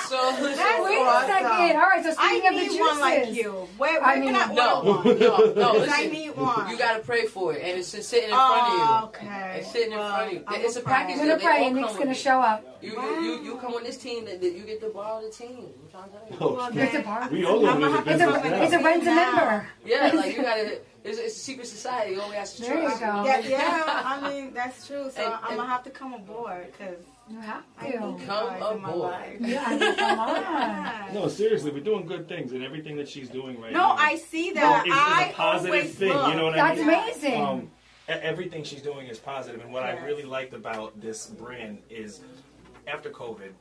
Speaker 6: so, so, so
Speaker 5: Wait a second. All right, so
Speaker 8: I
Speaker 5: speaking of the
Speaker 8: need
Speaker 5: juices.
Speaker 8: one like you. Where, where
Speaker 5: I
Speaker 8: can I
Speaker 5: mean,
Speaker 6: no,
Speaker 8: order one?
Speaker 6: no, no.
Speaker 8: 'Cause I
Speaker 6: Listen,
Speaker 8: need one.
Speaker 6: you gotta pray for it, and it's just sitting in
Speaker 8: Oh,
Speaker 6: front of you.
Speaker 8: okay.
Speaker 6: It's sitting in
Speaker 8: Well,
Speaker 6: front of you.
Speaker 8: I'm
Speaker 6: It's a
Speaker 8: gonna
Speaker 6: package.
Speaker 5: We're going
Speaker 8: pray.
Speaker 6: They
Speaker 5: to
Speaker 6: all
Speaker 5: pray, and
Speaker 6: come
Speaker 5: Nick's
Speaker 6: with
Speaker 5: going to
Speaker 6: it.
Speaker 5: show up.
Speaker 6: You, you, you, you come on this team, that that you get to borrow the team. I'm trying to tell you.
Speaker 7: Oh,
Speaker 5: It's a bar.
Speaker 7: we all
Speaker 8: I'ma
Speaker 7: over the
Speaker 8: have to
Speaker 5: It's
Speaker 7: business
Speaker 8: go
Speaker 5: a,
Speaker 7: now.
Speaker 5: it's a rent a
Speaker 8: Now.
Speaker 5: member.
Speaker 6: Yeah, like you gotta. It's, it's a secret society. You only ask to
Speaker 5: There you
Speaker 6: trust.
Speaker 5: go.
Speaker 8: Yeah, yeah. I mean, that's true. So
Speaker 6: And-
Speaker 8: I'm
Speaker 6: and-
Speaker 8: gonna have to come aboard because
Speaker 5: You have
Speaker 8: I need you
Speaker 5: to.
Speaker 8: guys
Speaker 6: Come
Speaker 8: in my
Speaker 6: aboard.
Speaker 8: life.
Speaker 5: Yeah, I mean, come on.
Speaker 8: Yeah.
Speaker 7: No, seriously, we're doing good things, and everything that she's doing right
Speaker 8: No,
Speaker 7: now
Speaker 8: I
Speaker 7: is-
Speaker 8: see that.
Speaker 7: is,
Speaker 8: I
Speaker 7: a positive
Speaker 8: always
Speaker 7: thing.
Speaker 8: Look.
Speaker 7: You know what I mean?
Speaker 5: That's amazing.
Speaker 7: um, e- everything she's doing is positive, and what I
Speaker 8: Yes.
Speaker 7: really liked about this brand is, after COVID,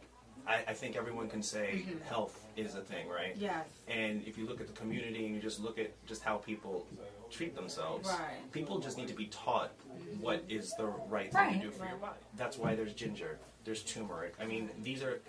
Speaker 7: I, I think everyone can say health is a thing, right?
Speaker 8: Mm-hmm. Yes.
Speaker 7: And if you look at the community and you just look at just how people treat themselves,
Speaker 8: Right.
Speaker 7: people just need to be taught what is the right thing
Speaker 5: Right.
Speaker 7: to do for your body. That's why there's ginger, there's turmeric. I mean, these are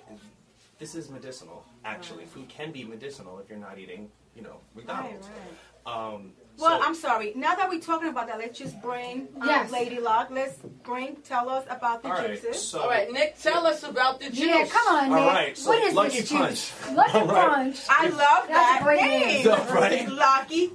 Speaker 7: this is medicinal. Actually, food can be medicinal if you're not eating, you know,
Speaker 8: Right,
Speaker 7: McDonald's.
Speaker 8: right.
Speaker 7: Um,
Speaker 8: Well,
Speaker 7: so-
Speaker 8: I'm sorry. Now that we're talking about that, let's just bring um,
Speaker 5: Yes.
Speaker 8: Lady Luck. Let's bring. Tell us about the
Speaker 7: all right.
Speaker 8: juices.
Speaker 7: So,
Speaker 6: All right, Nick, tell us about the juice.
Speaker 5: Yeah, come on,
Speaker 7: All
Speaker 5: Nick.
Speaker 7: right, so
Speaker 5: what is
Speaker 7: Lucky
Speaker 5: this juice?
Speaker 7: Punch.
Speaker 5: Lucky
Speaker 7: All right.
Speaker 5: Punch.
Speaker 8: I love that
Speaker 5: a great
Speaker 8: name.
Speaker 7: name. Yeah, right?
Speaker 8: Lucky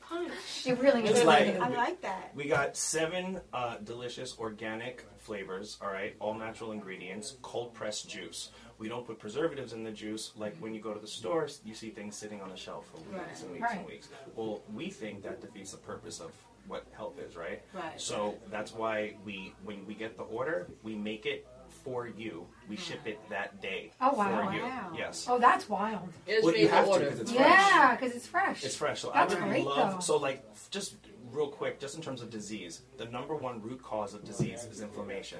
Speaker 8: punch.
Speaker 5: It really
Speaker 7: It's
Speaker 5: is.
Speaker 7: like-
Speaker 8: I like that.
Speaker 7: We got seven uh, delicious organic flavors, all right, all natural ingredients, cold pressed juice. We don't put preservatives in the juice like when you go to the store, you see things sitting on a shelf for weeks and weeks and
Speaker 5: Right.
Speaker 7: weeks. Well, we think that defeats the purpose of what health is, right?
Speaker 8: Right.
Speaker 7: So that's why we, when we get the order, we make it for you. We ship it that day
Speaker 5: Mm. Oh, wow.
Speaker 7: for you.
Speaker 8: Wow.
Speaker 7: Yes.
Speaker 5: oh, that's wild.
Speaker 6: It's
Speaker 7: Well,
Speaker 6: made
Speaker 7: you have
Speaker 6: to
Speaker 7: to
Speaker 6: order.
Speaker 7: because it's fresh.
Speaker 5: Yeah, because it's fresh.
Speaker 7: It's fresh. So
Speaker 5: That's
Speaker 7: I would
Speaker 5: great,
Speaker 7: love.
Speaker 5: though.
Speaker 7: So like, f- just real quick, just in terms of disease, the number one root cause of disease is inflammation.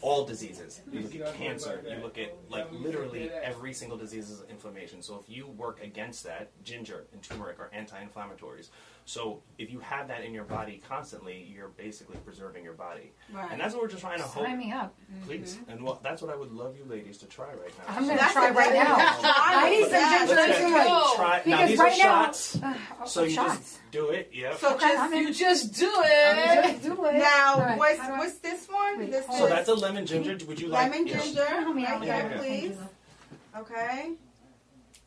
Speaker 7: All diseases. You look at cancer. You look at like literally every single disease is inflammation. So if you work against that, ginger and turmeric are anti-inflammatories. So if you have that in your body constantly, you're basically preserving your body.
Speaker 8: Right.
Speaker 7: And that's what we're just trying to hope.
Speaker 5: Sign me up.
Speaker 7: Please. And well, that's what I would love you ladies to try right now.
Speaker 5: Mm-hmm. I'm gonna
Speaker 8: That's
Speaker 5: try
Speaker 8: a
Speaker 5: right
Speaker 8: very-
Speaker 5: now. I need some
Speaker 8: Yeah.
Speaker 5: ginger
Speaker 7: Let's
Speaker 5: and
Speaker 7: try-
Speaker 5: turmeric.
Speaker 7: try. Now
Speaker 5: Because
Speaker 7: these are
Speaker 5: right now-
Speaker 7: shots.
Speaker 5: Oh,
Speaker 7: So you
Speaker 5: shots.
Speaker 7: just do it. Yeah.
Speaker 8: So
Speaker 5: Okay, I'm
Speaker 8: just
Speaker 5: in.
Speaker 6: You just do
Speaker 5: Let me
Speaker 6: it.
Speaker 5: just do it.
Speaker 8: now,
Speaker 5: All right,
Speaker 8: what's
Speaker 5: how do I-
Speaker 8: what's this one?
Speaker 5: Wait,
Speaker 8: this
Speaker 5: hold
Speaker 7: So
Speaker 8: is
Speaker 7: that's a lemon ginger. Would you like
Speaker 8: lemon
Speaker 7: yeah.
Speaker 8: ginger.
Speaker 5: Oh, man,
Speaker 8: Okay,
Speaker 5: yeah, thank
Speaker 8: please.
Speaker 5: you.
Speaker 8: Okay.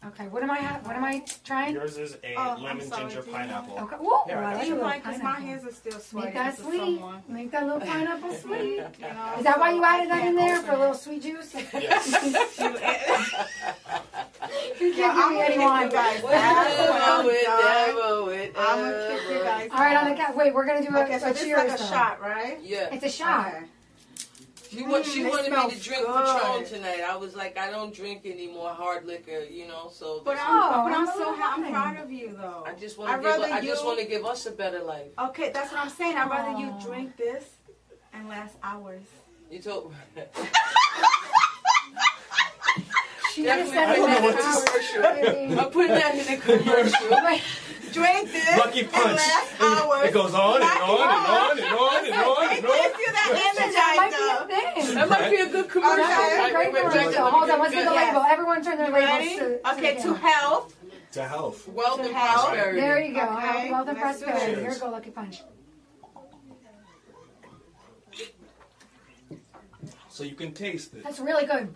Speaker 5: Okay, what am I? ha- What am I trying?
Speaker 7: Yours is a
Speaker 8: Oh, I'm
Speaker 7: lemon
Speaker 8: sorry,
Speaker 7: ginger
Speaker 8: do you
Speaker 7: pineapple.
Speaker 5: Okay. Whoa,
Speaker 7: Here, I
Speaker 5: I like
Speaker 7: got
Speaker 8: Do
Speaker 5: a
Speaker 8: you
Speaker 5: little
Speaker 8: mind? Because my
Speaker 5: pineapple.
Speaker 8: hands are still sweaty.
Speaker 5: Make that
Speaker 8: for
Speaker 5: sweet.
Speaker 8: someone.
Speaker 5: Make that little pineapple sweet.
Speaker 8: You know,
Speaker 5: Is that why
Speaker 8: so
Speaker 5: you
Speaker 8: I
Speaker 5: added that
Speaker 8: can't
Speaker 5: in there
Speaker 8: open
Speaker 5: for a
Speaker 8: it.
Speaker 5: little sweet juice? You can't
Speaker 7: Yes.
Speaker 5: give
Speaker 8: I'm
Speaker 5: me
Speaker 8: gonna
Speaker 5: any
Speaker 8: kick
Speaker 5: wine.
Speaker 8: you guys
Speaker 5: All
Speaker 8: out.
Speaker 5: right,
Speaker 6: Never,
Speaker 8: done.
Speaker 6: never, never.
Speaker 8: I'm gonna kick you guys.
Speaker 5: on the cat. Wait, we're gonna do a,
Speaker 8: Okay, so
Speaker 5: a
Speaker 8: this is
Speaker 5: cheers.
Speaker 8: like a
Speaker 5: though.
Speaker 8: shot, right?
Speaker 6: Yeah.
Speaker 5: It's a shot.
Speaker 8: Okay.
Speaker 6: She, wa- she
Speaker 8: Mm, it
Speaker 6: wanted me to
Speaker 8: smells
Speaker 6: drink
Speaker 8: good.
Speaker 6: Patron tonight. I was like, I don't drink anymore hard liquor, you know. So
Speaker 8: But
Speaker 6: this-
Speaker 8: I'm,
Speaker 5: Oh,
Speaker 8: but
Speaker 5: I'm
Speaker 8: I'm so ha- I'm
Speaker 5: loving.
Speaker 8: proud of you though.
Speaker 6: I just
Speaker 8: I'd
Speaker 6: want to give.
Speaker 8: rather
Speaker 6: I just
Speaker 8: you-
Speaker 6: want to give us a better life.
Speaker 8: Okay, that's what I'm saying. I'd rather you
Speaker 5: Aw.
Speaker 8: drink this and last hours.
Speaker 6: You told.
Speaker 5: She never
Speaker 6: Definitely.
Speaker 5: said
Speaker 6: I
Speaker 5: it
Speaker 6: don't know
Speaker 5: next
Speaker 6: what to
Speaker 5: hour. I mean,
Speaker 6: I'm putting that in the commercial.
Speaker 5: right.
Speaker 8: Drink this.
Speaker 7: Lucky
Speaker 8: and
Speaker 7: punch.
Speaker 8: Last hour.
Speaker 7: It goes on and on and on and on and on
Speaker 8: They
Speaker 7: and
Speaker 8: give
Speaker 7: on.
Speaker 8: you that
Speaker 5: That
Speaker 8: energizer.
Speaker 5: might be a thing.
Speaker 6: That might be a good commercial.
Speaker 8: Okay.
Speaker 6: Right, right,
Speaker 5: Great
Speaker 6: right,
Speaker 5: commercial.
Speaker 6: right.
Speaker 5: Hold on, let's look at the
Speaker 8: Yes.
Speaker 5: label. Everyone turn their labels
Speaker 8: Ready?
Speaker 5: to. to
Speaker 8: Okay,
Speaker 5: the
Speaker 8: to
Speaker 5: camera.
Speaker 8: health.
Speaker 7: To health.
Speaker 6: Wealth
Speaker 8: To
Speaker 6: and
Speaker 8: help.
Speaker 6: prosperity.
Speaker 5: There you go.
Speaker 8: Okay,
Speaker 5: Health, Wealth and
Speaker 8: let's do
Speaker 5: prosperity.
Speaker 7: it.
Speaker 5: Here you go, Lucky Punch.
Speaker 7: So you can taste it.
Speaker 5: That's really good.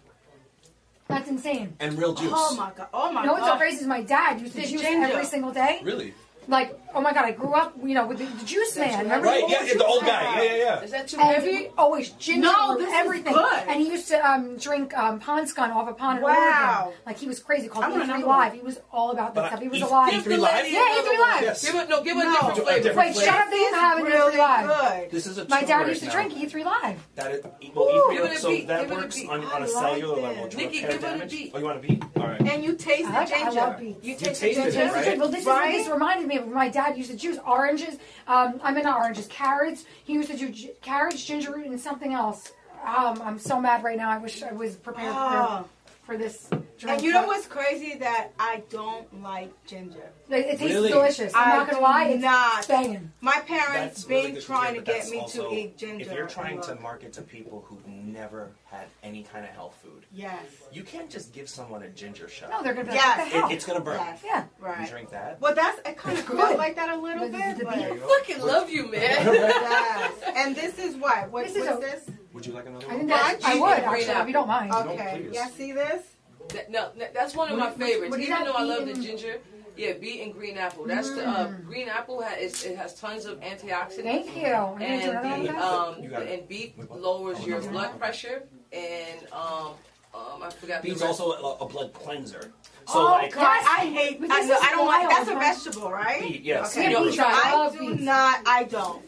Speaker 5: That's insane.
Speaker 7: And real juice.
Speaker 8: Oh my god. Oh my
Speaker 5: No one's so
Speaker 8: god.
Speaker 5: crazy as my dad used to
Speaker 8: The
Speaker 5: juice
Speaker 8: ginger.
Speaker 5: every single day.
Speaker 7: Really?
Speaker 5: Like, oh my god, I grew up, you know, with the, the juice man. Remember
Speaker 7: Right,
Speaker 5: the
Speaker 7: yeah,
Speaker 5: juice
Speaker 7: the old
Speaker 5: man?
Speaker 7: guy. Yeah, yeah, yeah.
Speaker 6: Is that too
Speaker 5: And
Speaker 6: heavy?
Speaker 5: always ginger
Speaker 8: No,
Speaker 5: with
Speaker 8: this is
Speaker 5: everything.
Speaker 8: good.
Speaker 5: And he used to um, drink um, pond scum off a pond in
Speaker 8: Wow.
Speaker 5: Oregon. Like he was crazy, called
Speaker 8: I want
Speaker 5: E3
Speaker 8: another
Speaker 5: Live.
Speaker 8: one.
Speaker 5: He was all about that
Speaker 7: But
Speaker 5: stuff. He was
Speaker 7: E-
Speaker 5: alive.
Speaker 7: E3 Live?
Speaker 5: Yeah, E3 Live.
Speaker 7: Yes.
Speaker 6: Give it, no, give it
Speaker 8: No.
Speaker 6: a different flavor.
Speaker 7: different
Speaker 5: Wait, shut up that you have an E3 Live.
Speaker 8: good.
Speaker 7: This is a
Speaker 5: My dad
Speaker 7: turmeric
Speaker 5: used to
Speaker 7: now.
Speaker 5: drink E3 Live.
Speaker 7: That is, well,
Speaker 6: Give it
Speaker 7: E3,
Speaker 6: a
Speaker 7: so
Speaker 6: beat,
Speaker 7: that
Speaker 6: give it a
Speaker 7: works
Speaker 6: beat.
Speaker 7: on,
Speaker 8: I
Speaker 7: on a
Speaker 8: like
Speaker 7: cellular
Speaker 8: that.
Speaker 7: level. to
Speaker 6: Nikki,
Speaker 7: repair
Speaker 6: give it a
Speaker 7: damage.
Speaker 6: beat.
Speaker 7: Oh, you want a beat? All right.
Speaker 8: And you taste
Speaker 5: I like-
Speaker 8: the
Speaker 5: I
Speaker 8: ginger.
Speaker 5: love beets.
Speaker 8: You
Speaker 7: You
Speaker 8: taste the
Speaker 7: tasted it,
Speaker 8: ginger.
Speaker 5: That's
Speaker 7: right?
Speaker 5: what- Well, this, is,
Speaker 8: Right?
Speaker 5: this reminded me of when my dad used to juice oranges. Um, I mean, not oranges, carrots. He used to do gi- carrots, ginger root, and something else. Um, I'm so mad right now. I wish I was prepared
Speaker 8: Oh.
Speaker 5: for, for this drink.
Speaker 8: And you know
Speaker 5: but
Speaker 8: what's crazy? That I don't like ginger.
Speaker 5: It, it tastes
Speaker 7: Really?
Speaker 5: delicious. I'm
Speaker 8: I
Speaker 5: not gonna
Speaker 8: do
Speaker 5: lie. It's
Speaker 8: not.
Speaker 5: banging.
Speaker 8: My parents
Speaker 7: That's
Speaker 8: been
Speaker 7: really good hear,
Speaker 8: trying to
Speaker 7: but
Speaker 8: get
Speaker 7: that's
Speaker 8: me
Speaker 7: also-
Speaker 8: to eat ginger.
Speaker 7: If you're trying
Speaker 8: and
Speaker 7: to
Speaker 8: look.
Speaker 7: market to people who've never had any kind of health food,
Speaker 8: Yes.
Speaker 7: you can't just give someone a ginger shot.
Speaker 5: No, they're gonna be
Speaker 8: Yes.
Speaker 5: like, what the
Speaker 7: It-
Speaker 5: hell?
Speaker 7: it's gonna burn.
Speaker 8: Yes.
Speaker 5: yeah.
Speaker 7: You
Speaker 8: Right.
Speaker 7: drink that.
Speaker 8: Well, that's I kind of felt
Speaker 5: good.
Speaker 8: like that a little
Speaker 5: But
Speaker 8: bit,
Speaker 5: the
Speaker 8: but
Speaker 5: beef-
Speaker 6: I fucking love you, man.
Speaker 8: yes. And this is what? What
Speaker 5: This
Speaker 8: is
Speaker 5: is a-
Speaker 8: this?
Speaker 7: Would you like another
Speaker 5: I
Speaker 7: one?
Speaker 5: think that
Speaker 8: Why'd
Speaker 5: I
Speaker 8: you
Speaker 5: would
Speaker 6: bring
Speaker 5: actually,
Speaker 6: up-
Speaker 5: if you don't mind.
Speaker 7: don't
Speaker 8: Okay.
Speaker 7: please.
Speaker 8: Y'all see this?
Speaker 6: That- no, that- that's one of my
Speaker 5: What- what-
Speaker 6: favorites.
Speaker 5: what is
Speaker 6: Even
Speaker 5: that
Speaker 6: though I love the
Speaker 5: beet and- Mm.
Speaker 6: ginger, yeah, beet and green apple. That's the uh, green apple. Has, it has tons of antioxidants.
Speaker 5: Thank you. Are you gonna do another one,
Speaker 6: And the,
Speaker 5: guys?
Speaker 6: um,
Speaker 7: You got it. Oh,
Speaker 6: and beet lowers your blood pressure, and um, um, I forgot. the
Speaker 7: Beets
Speaker 6: rest.
Speaker 7: also a, a blood cleanser. So
Speaker 5: Oh,
Speaker 7: like
Speaker 5: God. Yes.
Speaker 8: I, I hate.
Speaker 5: But
Speaker 8: I,
Speaker 5: this
Speaker 8: so
Speaker 5: is
Speaker 8: I don't like.
Speaker 5: wild,
Speaker 8: That's a
Speaker 5: huh?
Speaker 8: vegetable, right?
Speaker 7: beet, yes.
Speaker 5: Yeah,
Speaker 6: Okay.
Speaker 5: beets are- I
Speaker 8: I
Speaker 5: love
Speaker 8: do
Speaker 5: beets.
Speaker 8: not. I don't.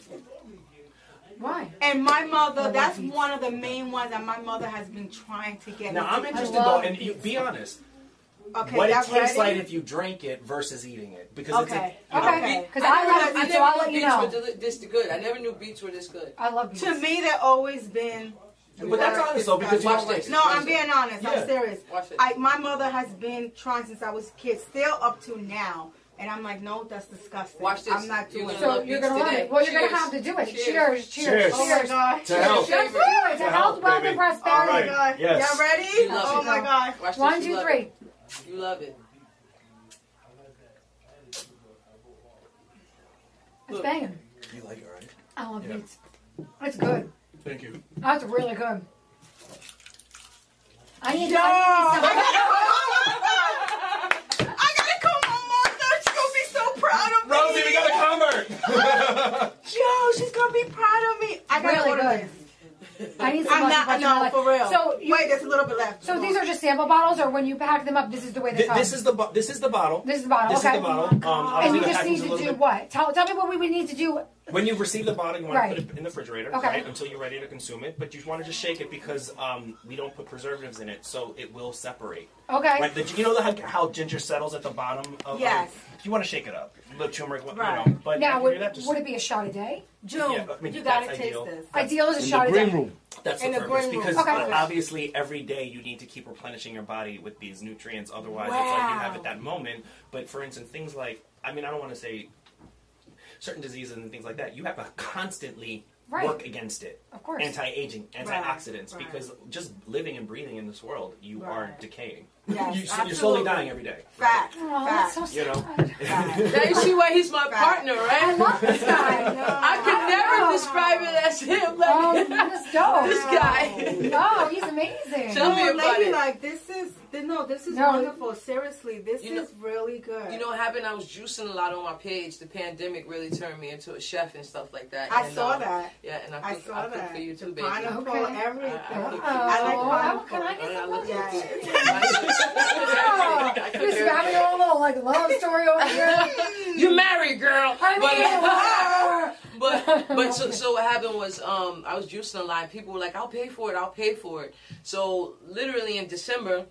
Speaker 5: Why?
Speaker 8: And my m
Speaker 5: I
Speaker 8: mother.
Speaker 5: love
Speaker 8: That's
Speaker 5: beets.
Speaker 8: one of the main ones that my mother has been trying to get.
Speaker 7: Now
Speaker 8: me
Speaker 7: I'm
Speaker 8: to-
Speaker 7: interested
Speaker 5: I
Speaker 7: though,
Speaker 5: love
Speaker 7: and you, be honest.
Speaker 8: Okay,
Speaker 7: what it
Speaker 8: that's
Speaker 7: tastes
Speaker 8: ready?
Speaker 7: like if you drink it versus eating it, because
Speaker 8: Okay.
Speaker 7: it's a, you know,
Speaker 5: Okay.
Speaker 7: beet-
Speaker 5: 'Cause I love
Speaker 6: realized-
Speaker 5: beets, so I'll
Speaker 6: never
Speaker 5: let
Speaker 6: knew
Speaker 5: you
Speaker 6: beets
Speaker 5: know.
Speaker 6: were deli- this good. I never knew beets were this good.
Speaker 5: I love beets.
Speaker 8: To me, they've always been.
Speaker 7: But that's
Speaker 8: Right.
Speaker 7: honest though, because you
Speaker 6: Watch
Speaker 7: don't like
Speaker 6: this.
Speaker 8: No, I'm being honest.
Speaker 7: Yeah.
Speaker 8: I'm serious.
Speaker 6: Watch it.
Speaker 8: I, my mother has been trying since I was a kid, still up to now. And I'm like, no, that's disgusting.
Speaker 6: Watch this.
Speaker 8: I'm not
Speaker 6: You're
Speaker 8: doing
Speaker 6: gonna
Speaker 8: it.
Speaker 5: So
Speaker 6: love
Speaker 5: you're
Speaker 6: beets
Speaker 5: gonna love
Speaker 6: today.
Speaker 5: it. Well, you're gonna
Speaker 6: Cheers.
Speaker 5: have to do it.
Speaker 6: Cheers.
Speaker 5: Cheers, cheers,
Speaker 7: Cheers.
Speaker 5: cheers.
Speaker 8: Oh my gosh.
Speaker 7: To health.
Speaker 5: Let's do it. To
Speaker 7: To
Speaker 5: health,
Speaker 7: health,
Speaker 5: wealth, and
Speaker 7: baby.
Speaker 8: Oh
Speaker 5: prosperity.
Speaker 8: my
Speaker 7: Alright.
Speaker 8: god.
Speaker 7: Yes.
Speaker 8: Y'all ready?
Speaker 6: You love
Speaker 8: Oh
Speaker 6: it.
Speaker 8: my god.
Speaker 6: Watch this.
Speaker 5: One,
Speaker 6: You
Speaker 5: two,
Speaker 6: love
Speaker 5: three.
Speaker 6: it. You love it.
Speaker 5: It's banging.
Speaker 7: You like it, right?
Speaker 5: I love
Speaker 7: Yeah.
Speaker 5: beets. It's good.
Speaker 7: Thank you.
Speaker 5: That's really good. I need to.
Speaker 8: Yo, I
Speaker 5: I need
Speaker 8: gotta call my mother. Oh I gotta call my mother. She's gonna be so proud of me.
Speaker 7: Rosie, we got a convert.
Speaker 8: Yo, she's gonna be proud of me. I gotta
Speaker 5: Really
Speaker 8: order
Speaker 5: good.
Speaker 8: this.
Speaker 5: some- I need some.
Speaker 8: I'm not,
Speaker 5: lucky
Speaker 8: no,
Speaker 5: vanilla.
Speaker 8: for real.
Speaker 5: So, you,
Speaker 8: wait, there's a little bit left.
Speaker 5: so these are just sample bottles, or when you pack them up, this is the way they
Speaker 7: Th-
Speaker 5: come.
Speaker 7: this is the bo- this is the bottle.
Speaker 5: This is the bottle,
Speaker 7: This
Speaker 5: okay. Oh
Speaker 7: is the bottle. um,
Speaker 5: and
Speaker 7: obviously
Speaker 5: you
Speaker 7: the
Speaker 5: just
Speaker 7: package
Speaker 5: need
Speaker 7: is a
Speaker 5: to
Speaker 7: little
Speaker 5: do
Speaker 7: bit-
Speaker 5: what? Tell, tell me what we would need to do.
Speaker 7: When you receive the bottle, you want
Speaker 5: Right.
Speaker 7: to put it in the refrigerator,
Speaker 5: Okay.
Speaker 7: right, until you're ready to consume it. But you want to just shake it because um, we don't put preservatives in it, so it will separate.
Speaker 5: Okay.
Speaker 7: Like the, you know the, how- how ginger settles at the bottom of.
Speaker 8: Yes.
Speaker 7: you want to shake it up, the turmeric, you
Speaker 8: Right.
Speaker 7: know. But
Speaker 5: now,
Speaker 7: after
Speaker 5: would,
Speaker 7: that, just,
Speaker 5: would it be a shot a day?
Speaker 8: June,
Speaker 7: Yeah, I mean,
Speaker 8: you gotta
Speaker 7: that's
Speaker 8: taste
Speaker 7: ideal.
Speaker 8: this.
Speaker 5: Ideal is a shot a day.
Speaker 7: that's the
Speaker 8: in the
Speaker 7: purpose
Speaker 8: green room.
Speaker 7: because
Speaker 5: Okay.
Speaker 7: uh, obviously every day you need to keep replenishing your body with these nutrients. Otherwise, it's like you have
Speaker 8: Wow.
Speaker 7: at that moment. But for instance, things like I mean, I don't want to say certain diseases and things like that. You have to constantly
Speaker 5: Right.
Speaker 7: work against it.
Speaker 5: Of course.
Speaker 7: anti-aging, antioxidants,
Speaker 8: right.
Speaker 7: because just living and breathing in this world, you are
Speaker 8: Right.
Speaker 7: decaying.
Speaker 8: Yes,
Speaker 7: you, you're slowly
Speaker 8: absolutely.
Speaker 7: dying every day.
Speaker 8: Fact.
Speaker 5: Oh, that's
Speaker 8: fact.
Speaker 5: so
Speaker 7: You
Speaker 5: sad.
Speaker 7: know.
Speaker 6: Now you see why he's my partner,
Speaker 5: I
Speaker 6: right?
Speaker 5: love this guy.
Speaker 8: No.
Speaker 6: I could never
Speaker 5: know.
Speaker 6: describe it as him. Like
Speaker 5: Oh, this dope.
Speaker 6: this guy.
Speaker 5: No, he's amazing.
Speaker 6: Tell me
Speaker 8: No,
Speaker 6: about
Speaker 8: lady,
Speaker 6: it.
Speaker 8: like this is th- no, this is
Speaker 5: No.
Speaker 8: wonderful. Seriously, this
Speaker 6: You know-
Speaker 8: is really good.
Speaker 6: You know what happened? I was juicing a lot on my page. The pandemic really turned me into a chef and stuff like that.
Speaker 8: I
Speaker 6: And,
Speaker 8: saw
Speaker 6: um,
Speaker 8: that.
Speaker 6: Yeah, and I
Speaker 8: I
Speaker 6: cook,
Speaker 8: saw
Speaker 6: I cook
Speaker 8: that.
Speaker 6: for you
Speaker 8: The
Speaker 6: too, baby.
Speaker 8: pineapple,
Speaker 5: Okay. I-
Speaker 8: everything.
Speaker 6: cook-
Speaker 5: I
Speaker 8: like
Speaker 5: oh,
Speaker 8: pineapple.
Speaker 5: can I get
Speaker 6: And I
Speaker 5: some
Speaker 6: look
Speaker 5: of
Speaker 6: at
Speaker 5: that?
Speaker 8: Yes.
Speaker 6: you. I cook- I cook
Speaker 5: Just
Speaker 6: everything.
Speaker 5: having your own little like love story over here.
Speaker 6: You married, girl.
Speaker 5: I mean,
Speaker 6: But, but but so so what happened was um I was juicing a lot. People were like, "I'll pay for it. I'll pay for it." So literally in December,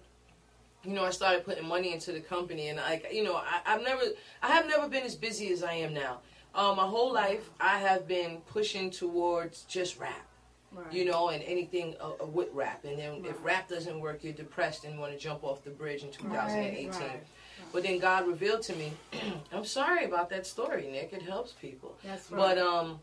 Speaker 6: you know, I started putting money into the company, and like you know, I, I've never I have never been as busy Uh, as I am now. Um, my whole life, I have been pushing towards just rap.
Speaker 8: Right.
Speaker 6: you know, and anything uh, uh, with rap. And then if rap doesn't work, you're depressed and want to jump off the bridge in 2018.
Speaker 8: Right, right.
Speaker 6: But then God revealed to me, I'm sorry about that story, Nick. It helps people.
Speaker 8: That's
Speaker 6: But
Speaker 8: right.
Speaker 6: um,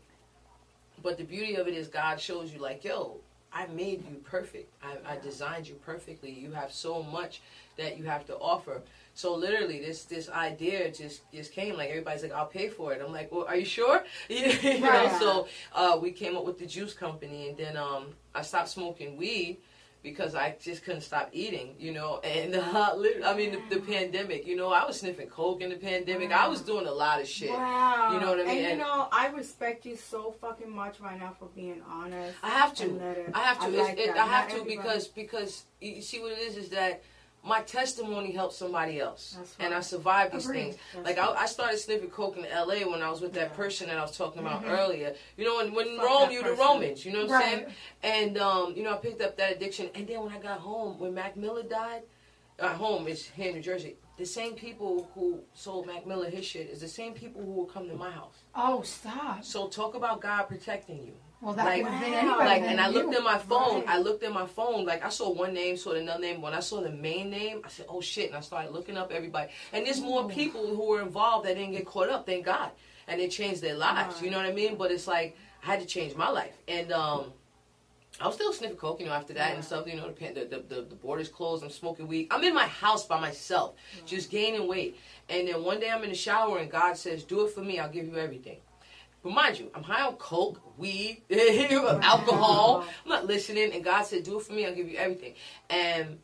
Speaker 6: but the beauty of it is God shows you like, yo, I made you perfect. I, I designed you perfectly. You have so much that you have to offer. So literally, this this idea just just came. Like everybody's like, I'll pay for it. I'm like, well, are you sure? you know.
Speaker 8: Right.
Speaker 6: So uh, we came up with the juice company, and then um, I stopped smoking weed because I just couldn't stop eating, you know. And uh, lit- I mean, the, the pandemic, you know, I was sniffing coke in the pandemic. I was doing a lot of shit.
Speaker 8: Wow.
Speaker 6: You know what I mean?
Speaker 8: And, you
Speaker 6: And-
Speaker 8: know, I respect you so fucking much right now for being honest.
Speaker 6: I have to.
Speaker 8: and let it-
Speaker 6: I have to. It's-
Speaker 8: like
Speaker 6: it-
Speaker 8: that.
Speaker 6: I have
Speaker 8: Not
Speaker 6: to
Speaker 8: everybody-
Speaker 6: because because you see what it is is that my testimony helped somebody else,
Speaker 8: That's
Speaker 6: and
Speaker 8: right.
Speaker 6: I survived these
Speaker 5: Agreed.
Speaker 6: things.
Speaker 8: That's
Speaker 6: like I, I started sniffing coke in L.A. when I was with that person that I was talking about earlier. You know, when, when
Speaker 8: Mm-hmm. Fuck
Speaker 6: Rome,
Speaker 8: that
Speaker 6: you're the
Speaker 8: person.
Speaker 6: Romans. You know what I'm
Speaker 5: Right.
Speaker 6: saying? And um, you know, I picked up that addiction, and then when I got home, when Mac Miller died, at home is here in New Jersey. The same people who sold Mac Miller his shit is the same people who will come to my house.
Speaker 5: Oh, stop.
Speaker 6: So talk about God protecting you
Speaker 5: Well, that
Speaker 6: Like-
Speaker 5: could have been
Speaker 8: Wow.
Speaker 5: anybody.
Speaker 6: like
Speaker 5: then.
Speaker 6: and I looked
Speaker 5: You.
Speaker 6: at my phone.
Speaker 8: Right.
Speaker 6: I looked at my phone. Like I saw one name, saw another name. When I saw the main name, I said, "Oh shit!" And I started looking up everybody. And there's more people who were involved that didn't get caught up. Thank God, and they changed their lives. You know what I mean? But it's like I had to change my life, and um, I was still sniffing coke. You know, after that and stuff. You know, the, pan- the, the the the borders closed. I'm smoking weed. I'm in my house by myself, just gaining weight. And then one day I'm in the shower, and God says, "Do it for me. I'll give you everything." But mind you, I'm high on coke, weed, alcohol. I'm not listening. And God said, Do it for me, I'll give you everything. And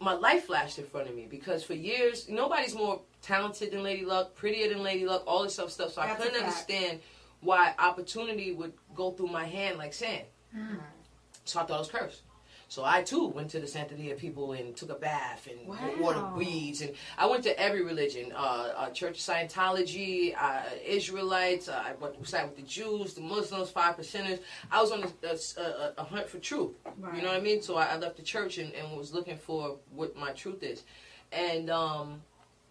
Speaker 6: my life flashed in front of me because for years, nobody's more talented than Lady Luck, prettier than Lady Luck, all this stuff, stuff. So
Speaker 8: That's
Speaker 6: I
Speaker 8: a
Speaker 6: couldn't
Speaker 8: fact.
Speaker 6: understand why opportunity would go through my hand like sand.
Speaker 8: Mm.
Speaker 6: So I thought it was cursed. So I too went to the Santeria people and took a bath and
Speaker 8: Wow.
Speaker 6: watered weeds and I went to every religion, uh, uh, Church of Scientology, uh, Israelites. Uh, I went, sat with the Jews, the Muslims, five percenters. I was on a, a, a, a hunt for truth. You
Speaker 8: Right.
Speaker 6: know what I mean? So I, I left the church and, and was looking for what my truth is. And um,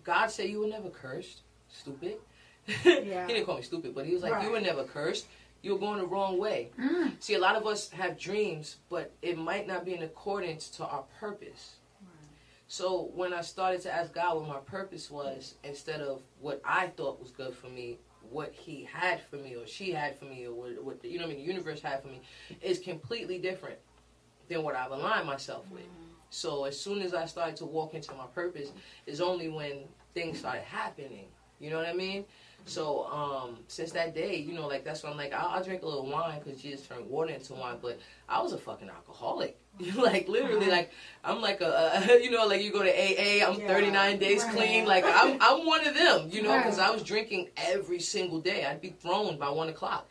Speaker 6: God said, "You were never cursed, stupid."
Speaker 8: Yeah.
Speaker 6: he didn't call me stupid, but he was like, "You
Speaker 8: Right.
Speaker 6: were never cursed. You were going the wrong way." See, a lot of us have dreams, but it might not be in accordance to our purpose. So when I started to ask God what my purpose was, instead of what I thought was good for me, what He had for me, or she had for me, or what, what the, you know what I mean, the universe had for me, is completely different than what I've aligned myself with. So as soon as I started to walk into my purpose, is only when things started happening. You know what I mean? So um, since that day, you know, like that's when I'm like, I'll, I'll drink a little wine because Jesus turned water into wine. But I was a fucking alcoholic. like literally, like I'm like a, a you know, like you go to AA, I'm
Speaker 8: Uh-huh. Yeah.
Speaker 6: 39 days
Speaker 8: Right.
Speaker 6: clean. Like I'm I'm one of them, you know, because
Speaker 5: Right.
Speaker 6: I was drinking every single day. I'd be thrown by one o'clock.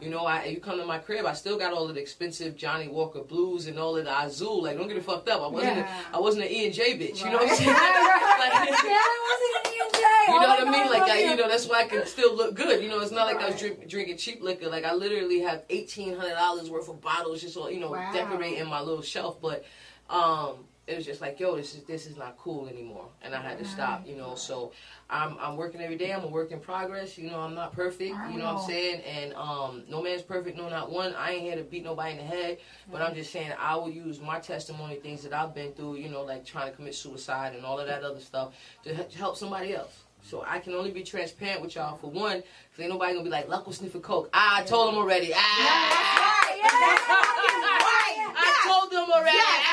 Speaker 6: You know, I you come to my crib, I still got all of the expensive Johnny Walker blues and all of the Azul. Like, don't get it fucked up. I wasn't
Speaker 8: Yeah.
Speaker 6: a, I wasn't an E and J bitch. You know what I'm
Speaker 5: Right,
Speaker 6: saying?
Speaker 5: right.
Speaker 6: Like-
Speaker 5: yeah, I wasn't in the UK.
Speaker 6: you
Speaker 5: Oh
Speaker 6: know
Speaker 5: my
Speaker 6: what I mean?
Speaker 5: God,
Speaker 6: Like,
Speaker 5: love
Speaker 6: I, you
Speaker 5: you.
Speaker 6: know, that's why I can still look good. You know, it's not like I was
Speaker 8: Right.
Speaker 6: drink, drinking cheap liquor. Like, I literally have eighteen hundred dollars worth of bottles just all you know
Speaker 8: Wow.
Speaker 6: decorating my little shelf. But um, it was just like, yo, this is this is not cool anymore, and I had to stop. You know, so I'm I'm working every day. I'm a work in progress. You know, I'm not perfect. You know what I'm
Speaker 5: Wow.
Speaker 6: saying? And um, no man's perfect, no not one. I ain't here to beat nobody in the head, but I'm just saying I will use my testimony, things that I've been through. You know, like trying to commit suicide and all of that other stuff to he- to help somebody else. So I can only be transparent with y'all for one, because ain't nobody gonna be like, Luck was sniffing coke. Ah, I told him already. Ah,
Speaker 8: Right, yeah. That's fucking right.
Speaker 6: I told them already. Ah.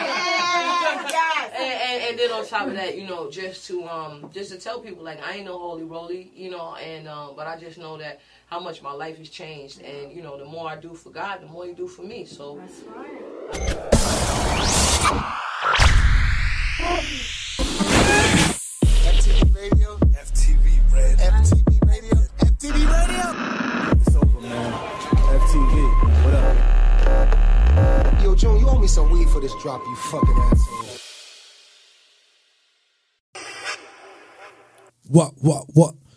Speaker 8: Yes. yes.
Speaker 6: And, and, and then on top of that, you know, just to um, just to tell people like I ain't no holy roly, you know, and um, but I just know that how much my life has changed, and you know, the more I do for God, the more He do for me. So
Speaker 8: That's right.
Speaker 3: FTV Radio.
Speaker 2: FTV, Brad.
Speaker 3: FTV Radio.
Speaker 2: FTV Radio.
Speaker 3: It's over, man. FTV. What up?
Speaker 4: Yo, Joan, you owe me some weed for this drop, you fucking asshole.
Speaker 2: What, what, what?